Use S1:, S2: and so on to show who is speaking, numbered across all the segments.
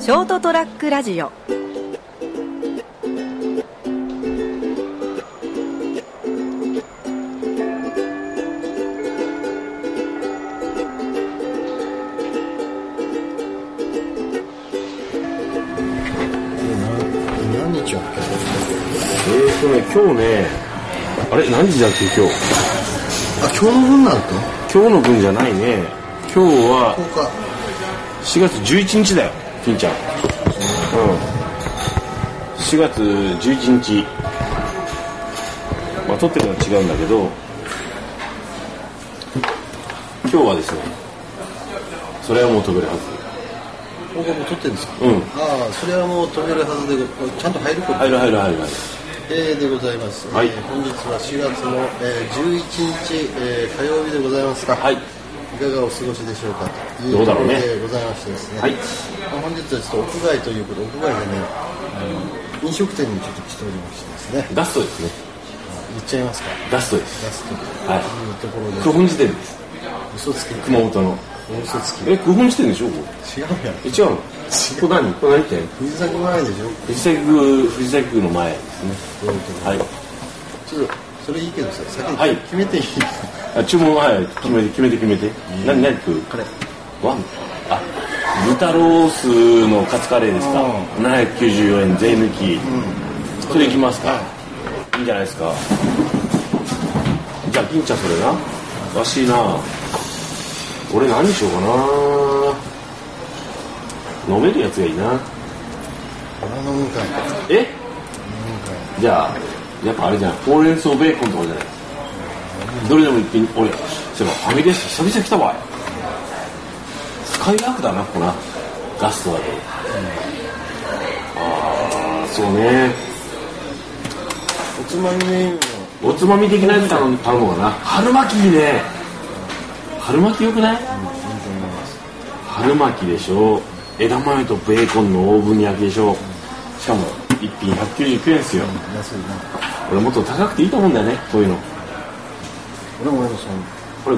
S1: ショートトラックラジオ
S2: 何日やっけ
S3: えーとね、今日ね、あれ、何時だっけ、今日。
S2: あ今日の分なんと
S3: 今日の分じゃないね。今日は
S2: こうか
S3: 4月11日だよ、金ちゃん。うん。4月11日。まあ、撮ってるのは違うんだけど、今日はですね、それはもう飛べるは
S2: 報告取ってんですか
S3: ず。うん。
S2: ああそれはもう飛べるはずでごちゃんと入ること、
S3: 入る入る入る入る。
S2: えーでございます、
S3: はい
S2: えー本日は4月の、えー11日、えー火曜日でございますが、
S3: は
S2: い
S3: い
S2: かがお過ごしでしょうかという
S3: どうだろう
S2: と
S3: ね
S2: こでございましてですね、
S3: はい
S2: まあ本日はちょっと屋外ということ屋外でねあの飲食店にちょっと来ておりましてですね
S3: ダストですね。
S2: 行っちゃいますか
S3: ダストです。
S2: ラストと
S3: はい
S2: いうところで、
S3: 九本時点です。
S2: 嘘つき
S3: 熊本の。
S2: 嘘つき
S3: え、九本時点でしょ、これ。
S2: 違うやん
S3: え 違うのこれ何これ何店
S2: 水先前でしょ
S3: 藤崎宮藤崎宮の前ですね
S2: どういうところ
S3: はい
S2: ちょっとそれいいけどさ、先
S3: はい
S2: に決めていい、
S3: あ注文はい決めて決めて決めて何何食う
S2: カレー
S3: ワンあ豚ロースのカツカレーですか
S2: うん
S3: 794円税抜き、それいきますか、いいんじゃないですかじゃあ金ちゃんそれなおかしいな俺何しようかな飲めるやつがいいな
S2: 俺の向かい、
S3: えじゃあやっぱあれじゃんほうれん草ベーコンとかじゃないどれでも一品俺そういえばファミレス久々来たわスカイラークだなここなガストだけど、ああそうね
S2: おつまみメニューの
S3: おつまみ的なやつ頼む頼もうかな春巻きいいね春巻きよくない
S2: いいと思います。
S3: 春巻きでしょ枝豆とベーコンのオーブン焼きでしょしかも一品199円ですよ、
S2: 安いな。
S3: 俺もっと高くていいと思うんだよねこういうの
S2: 俺も俺もそう思う。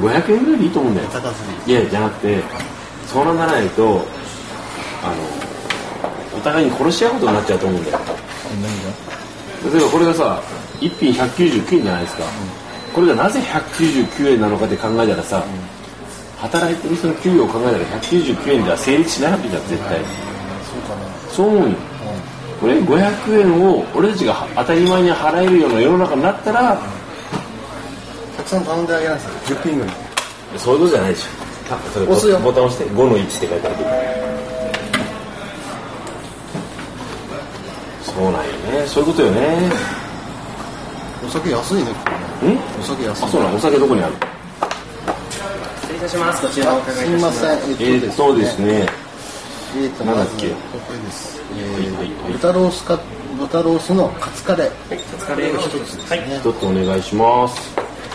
S3: これ500円ぐらいでいいと思うんだよ
S2: 高すぎる。
S3: いやじゃなくてそうならないとあのお互いに殺し合うことになっちゃうと思うんだよ
S2: 何が？
S3: 例えばこれがさ1品199円じゃないですか、これがなぜ199円なのかって考えたらさ、働いてる人の給与を考えたら199円では成立しないわけじゃん絶対
S2: そうかな。
S3: そう思うよこれ500円を俺たちが当たり前に払えるような世の中になったら
S2: うん。たくさん頼んであげなさい。10品ぐらい。
S3: そういうことじゃないでしょそれ
S2: 押すよ
S3: ボタン押して5の1って書いてあるそうなんよねそういうことよねん
S2: お酒安いね。ここねお酒安い。
S3: あそうなんお酒どこにある
S4: 失礼いたします。こちらをお伺
S2: あ
S4: い
S2: す
S4: し
S2: み
S4: ま。
S2: ますせん。
S3: えーっとです。ね
S2: えーっとま
S3: なん
S2: ず
S3: だっ
S2: こ
S3: け
S2: れです。え
S3: はいはいはい
S2: ー豚ロースか豚ロースのカツカレー。
S4: カレーを一つですね。
S3: 一つお願いします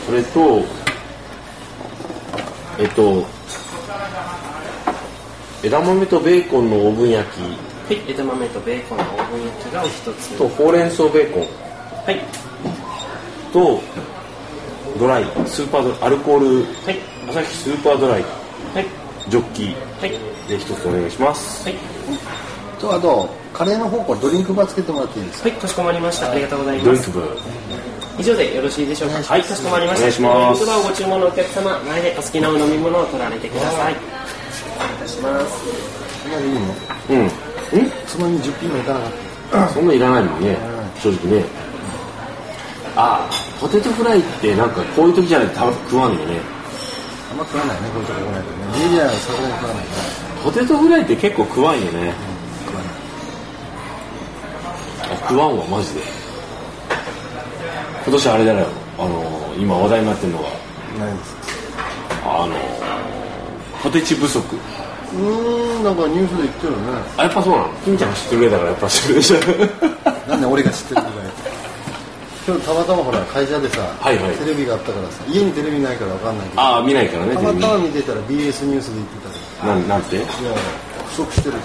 S3: それとえっと枝豆とベーコンのオーブン焼き
S4: はい。枝豆とベーコンのオーブン焼きがお一つ。
S3: とほうれん草ベーコン
S4: はい。
S3: とドライスーパードライアルコール
S4: はい。
S3: 朝日スーパードライ
S4: はい。
S3: ジョッキー
S4: はい。
S3: で一つお願いします
S4: はい。
S2: とあとカレーの方これドリンクバーつけてもらっていいですか？
S4: はい。かしこまりました。ありがとうござい
S3: ド
S4: ま
S3: リン
S4: す
S3: ク。ブー
S4: 以上でよろしいでしょうか。
S3: はい
S4: かしこまりました。
S3: お願いします
S4: ドリンクバーをご注文のお客様、前でお好きなお飲み物を取られてください。お願いいたします。
S2: そんなにいいの？
S3: うんん
S2: つまみ10品もいかなかった。
S3: そんないらないもんね正直ねあポテトフライってなんかこういう時じゃないと食わんよね
S2: あんま食わないね、こういうとこ来ないとね。家ではさすがに食わないね。
S3: ポテトフライって結構食わんよね
S2: 食わない。
S3: あ食わんわマジで今年あれだよあのー今話題になってるのが
S2: ないです。
S3: あのーポテチ不足
S2: うーん、なんかニュースで言ってるよね。
S3: あやっぱそうなの金ちゃんが知ってる上だからやっぱ知ってるでしょ
S2: なんで俺が知ってるのか よ。今日たまたまほら、会社でさ、
S3: はいはい
S2: テレビがあったからさ、家にテレビないからわかんないけど、
S3: ああ見ないからね
S2: た
S3: テレ
S2: ま
S3: ビ
S2: たま見てたら BS ニュースで言ってたか
S3: なんなんて
S2: ら、いや、不足してる。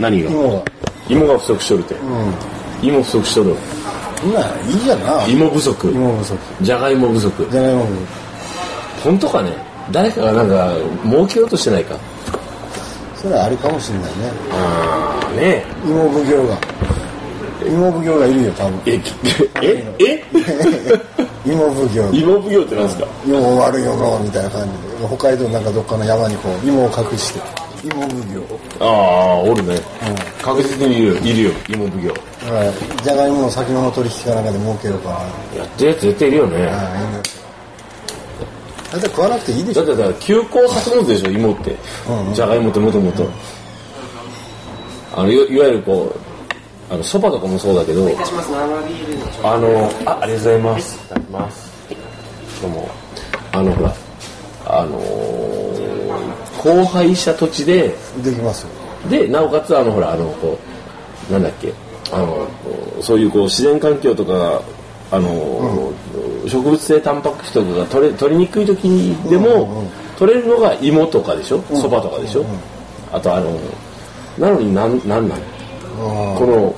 S3: 何が
S2: 今は。
S3: 芋が不足しとるって、
S2: うん。
S3: 芋不足しとる
S2: 今、いいじゃな。
S3: 芋不足
S2: 今不足。
S3: じゃがいも不足
S2: じゃがいも不
S3: 本当かね誰かがなんか儲けようとしてないか
S2: 足。それはあるかもしれないね
S3: あーね
S2: 芋奉行が芋奉行がいるよ多分
S3: え。え、え、え、
S2: 芋奉行
S3: 芋奉行ってなんですか
S2: 芋を割るよのみたいな感じで北海道なんかどっかの山にこう芋を隠して芋奉行
S3: ああ、おるね。確実にいる、いるよ、芋奉行。
S2: だからじゃがいもの先の取引かなんかで儲けようかな
S3: やってるやつ絶対いるよね。
S2: ああいいんだだって食わなくていいでし
S3: だっ
S2: ょ
S3: てだ、休校作物でしょ、芋って
S2: うんう。ん
S3: じゃがいもってもともと。あの、いわいわゆるこう、あの、そばとかもそうだけど、
S4: いたします。生ビールでしょ。
S3: あの、あ、ありがとうございます。いただきます。どうも。あの、ほら、あのー、荒廃した土地で、
S2: できますよ
S3: で、なおかつ、あの、ほら、あの、こう、なんだっけ、あの、そういう、こう、自然環境とか、あの、植物性タンパク質とかが取れ取りにくい時にでも、取れるのが芋とかでしょそば、とかでしょ、あとあのなのになんなんなん
S2: あ
S3: この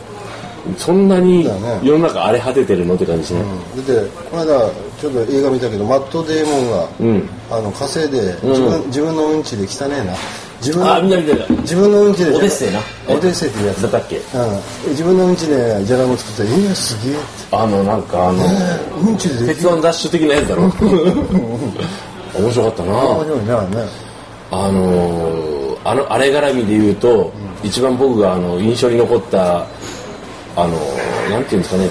S3: そんなに
S2: そうだね
S3: 世の中荒れ果ててるのって感じしない、
S2: あだってこの間ちょっと映画見たけどマット・デーモンが、
S3: ん
S2: あの稼いで自分,、自分のうんちで汚ねえな自分
S3: あ
S2: の
S3: みんな見てる
S2: 自分のうんちで
S3: オデッセイな
S2: オデッセイっていうやつ
S3: だったっけ
S2: うん、自分のうんちでじゃがいも作って「えー、すげえ」って
S3: あのなんかあの
S2: 「うんちででき
S3: 鉄
S2: る
S3: 腕ダッシュ的なやつだろ面白かったな
S2: 面白いなね
S3: あのーあのあれ絡みで言うと、一番僕があの印象に残ったあのーなんていうんですかね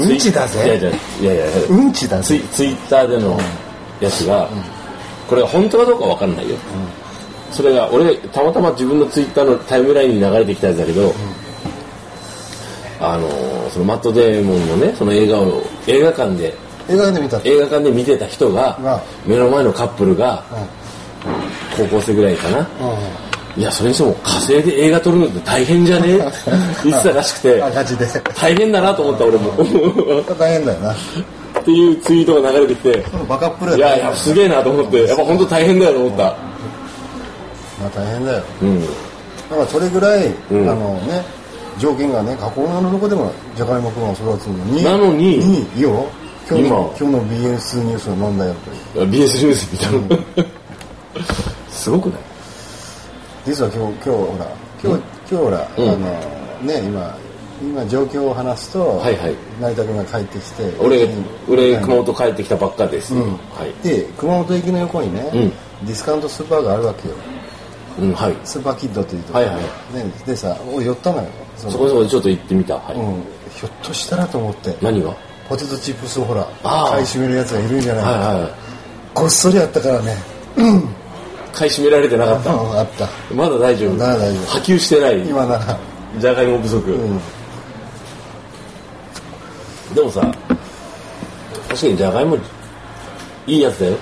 S3: ツイ
S2: うんちだぜ
S3: いやいやいやいやいや
S2: うんちだ
S3: ツイ
S2: ぜ
S3: ツイッターでのやつが、これが本当かどうかわかんないよ、それが俺たまたま自分のツイッターのタイムラインに流れてきたやつだけど、あのーそのマット・デーモンのねその映画を映画館で
S2: 映画で見た
S3: 映画館で見てた人が目の前のカップルが高校生ぐらいかな、
S2: う
S3: いや、それにしても火星で映画撮るのって大変じゃ ね言ってたらしくて
S2: ん、あ、ガチで
S3: 大変だなと思った俺も。
S2: 大変だよな
S3: っていうツイートが流れてきて、
S2: バカっぷり
S3: いやいや、すげえなと思って、やっぱ本当大変だよと思った。
S2: まあ大変だよ
S3: うん。
S2: だからそれぐらい、
S3: ん
S2: あのね条件がね加工用のどこでもじゃがいもくんは育つのに
S3: なのに
S2: いいよ今日の今
S3: 今
S2: 日の BS ニュースの問題だという
S3: BS ニュース見たの。すごくない
S2: 実は今日今日ほら今日、今日ほら、あのね今今状況を話すと、
S3: はいはい
S2: 成田君が帰ってきて
S3: 俺
S2: 駅に、
S3: 俺、熊本帰ってきたばっかです。はい。
S2: で熊本駅の横にね、ディスカウントスーパーがあるわけよ
S3: うん、はい。
S2: スーパーキッドっていうところで,、
S3: はいは
S2: ね、でさお寄ったのよその
S3: そこそこちょっと行ってみた。は
S2: う
S3: い。
S2: ん、ひょっとしたらと思って
S3: 何がは
S2: ポテトチップスをほら
S3: あー
S2: 買い占めるやつがいるんじゃないい、
S3: は
S2: ごっそりあったからね
S3: い。買い占められてなか
S2: う
S3: った。
S2: んあった
S3: まだ大丈夫。
S2: まだ大丈夫
S3: 波及してない。
S2: 今なら
S3: じゃがいも不足、
S2: ん
S3: でもさ確かにじゃがいもいいやつだよ、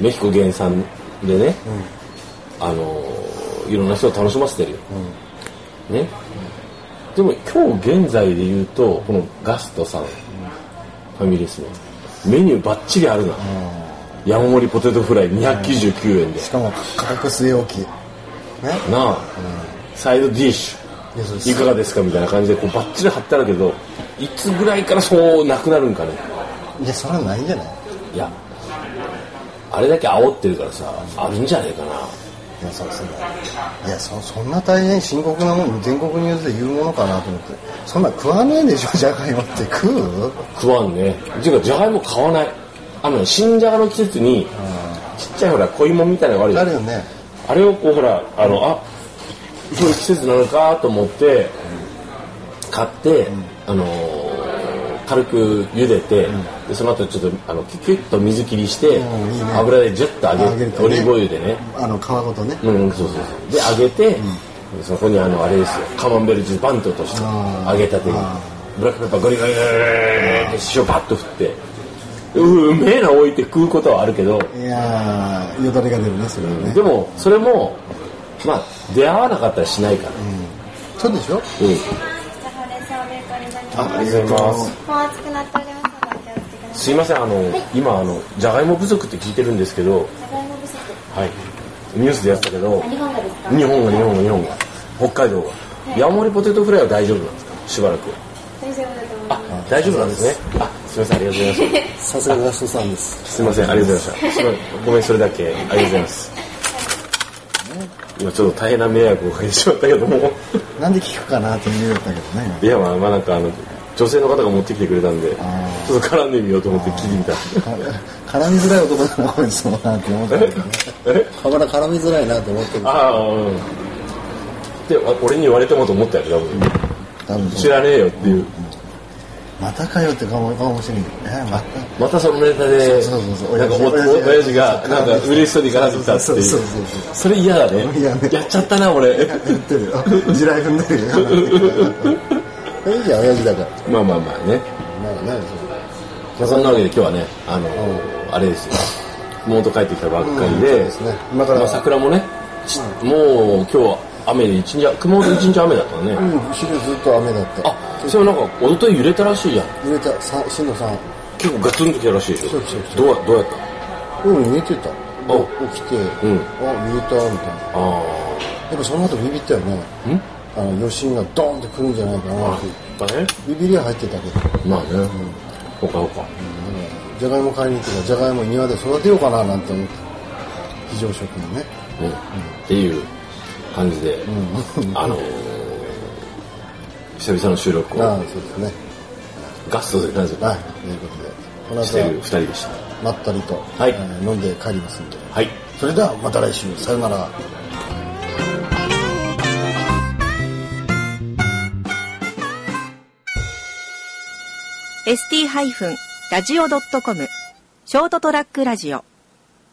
S3: メキコ原産でね、あのーいろんな人を楽しませてるよ、ね、でも今日現在で言うとこのガストさん、ファミレスのメニューばっちりあるな、山盛りポテトフライ299円で、
S2: しかも価格据え置きね
S3: なあ、サイドディッシ
S2: いやそ
S3: ュ
S2: れ
S3: いかがですかみたいな感じでこうバッチリ貼ってあるけどいつぐらいからそうなくなるんかね
S2: いやそれはないんじゃない
S3: いやあれだけ煽ってるからさあるんじゃねえかない
S2: やそうそういやそそんな大変深刻なもん全国ニュースで言うものかなと思ってそんな食わねえでしょじゃがいもって食う
S3: 食わんねっていうかじゃがいも買わないあの新じゃがの季節にちっちゃいほら小芋みたいなのがあるじゃ
S2: あ
S3: ん
S2: るよね
S3: あれをこうほらあのあそういう季節なのかと思って買って、あのー軽く茹でて、でその後ちょっとあのキュキュッと水切りして、
S2: うんいいね
S3: 油でジュッと揚げ
S2: 揚げるとね
S3: オリーブオイルでね
S2: あの皮ごとね
S3: うんそうそうそうで揚げて、そこにあのあれですよカマンベールジュバンと落として
S2: あー
S3: 揚げたてに
S2: あ
S3: ブラックペッパーゴリゴリゴリゴリゴリで塩バッと振ってうめえな置いて食うことはあるけど、
S2: いやーよだれが出るねそれはね
S3: でもそれもまあ出会わなかったらしないから、
S2: そうでしょ
S3: うん
S1: じゃあ、ほうれん草お弁当になります。
S3: ありがとうございます
S1: もう暑くなっておりますので、お気をつけください。
S3: すいませんあの、今あのじゃがいも不足って聞いてるんですけど、
S1: じゃがいも不足。
S3: はい、ニュースでやってたけど
S1: あ、日本がですか。
S3: 日本が日本が日本が北海道が、山盛りポテトフライは大丈夫なんですかしばらくは
S1: 大丈夫だと思います。
S3: あ大丈夫なんですねあすいませんありがとうございま
S2: さすがガストさんです
S3: すすいませんありがとうございましたすいませんごめんそれだけありがとうございます今ちょっと大変な迷惑をかけてしまったけども
S2: なんで聞くかなって言うだったけどね
S3: いやまあまあなんかあの女性の方が持ってきてくれたんでちょっと絡んでみようと思って聞いてみた
S2: か絡みづらい男だなこれそうだなって思ったけどね
S3: え
S2: から絡みづらいなって思ってる
S3: ああうんでわ俺に言われてもと思ったよ多分
S2: 多分
S3: 知らねえよっていう
S2: またかよって顔も面白いえまた
S3: またそのネタで
S2: そうそうそう
S3: なんかおお
S2: 親父が
S3: 親父がなんか嬉しそうに絡んできたって
S2: そう
S3: い
S2: そう
S3: う
S2: そうそう
S3: それ嫌だ
S2: 嫌ね
S3: ねやっちゃったな俺
S2: 言ってるよ地雷踏んでるよそれいいじゃん親父だから
S3: まあまあまあね
S2: まあね
S3: まあそんなわけで今日はねあのあれですよ熊本帰ってきたばっかり
S2: そう
S3: で
S2: ですね今から
S3: まあ桜もねちもう今日雨で一日熊本一日雨だったのね、
S2: うん昼ずっと雨だった
S3: あそれなんか一昨日揺れたらしいじゃん
S2: 揺れたさ震度3
S3: 結構ガツンときたらしいでしょ
S2: そうそうそう
S3: どうやどうやった
S2: うん寝てた
S3: お
S2: 起きて、
S3: ん
S2: あ揺れたみたいな
S3: あ
S2: やっぱその後ビビったよねあの余震がドーンって来るんじゃないか
S3: あ
S2: なって
S3: あね
S2: ビビりは入ってたけど
S3: まあね、ほかほか
S2: じゃがいも買いに行ってたじゃがいも庭で育てようかななんて思って非常食のね
S3: ね、っていう感じで、あのー久々の収録
S2: ああ
S3: を
S2: そうですね
S3: ガストでなぜ
S2: はい
S3: か
S2: ということでこの
S3: してる
S2: 後
S3: 2人でした
S2: はまったりと、
S3: はい
S2: えー飲んで帰りますんで
S3: はい
S2: それではまた来週さよなら
S5: ー ST-radio.com ショートトラックラジオ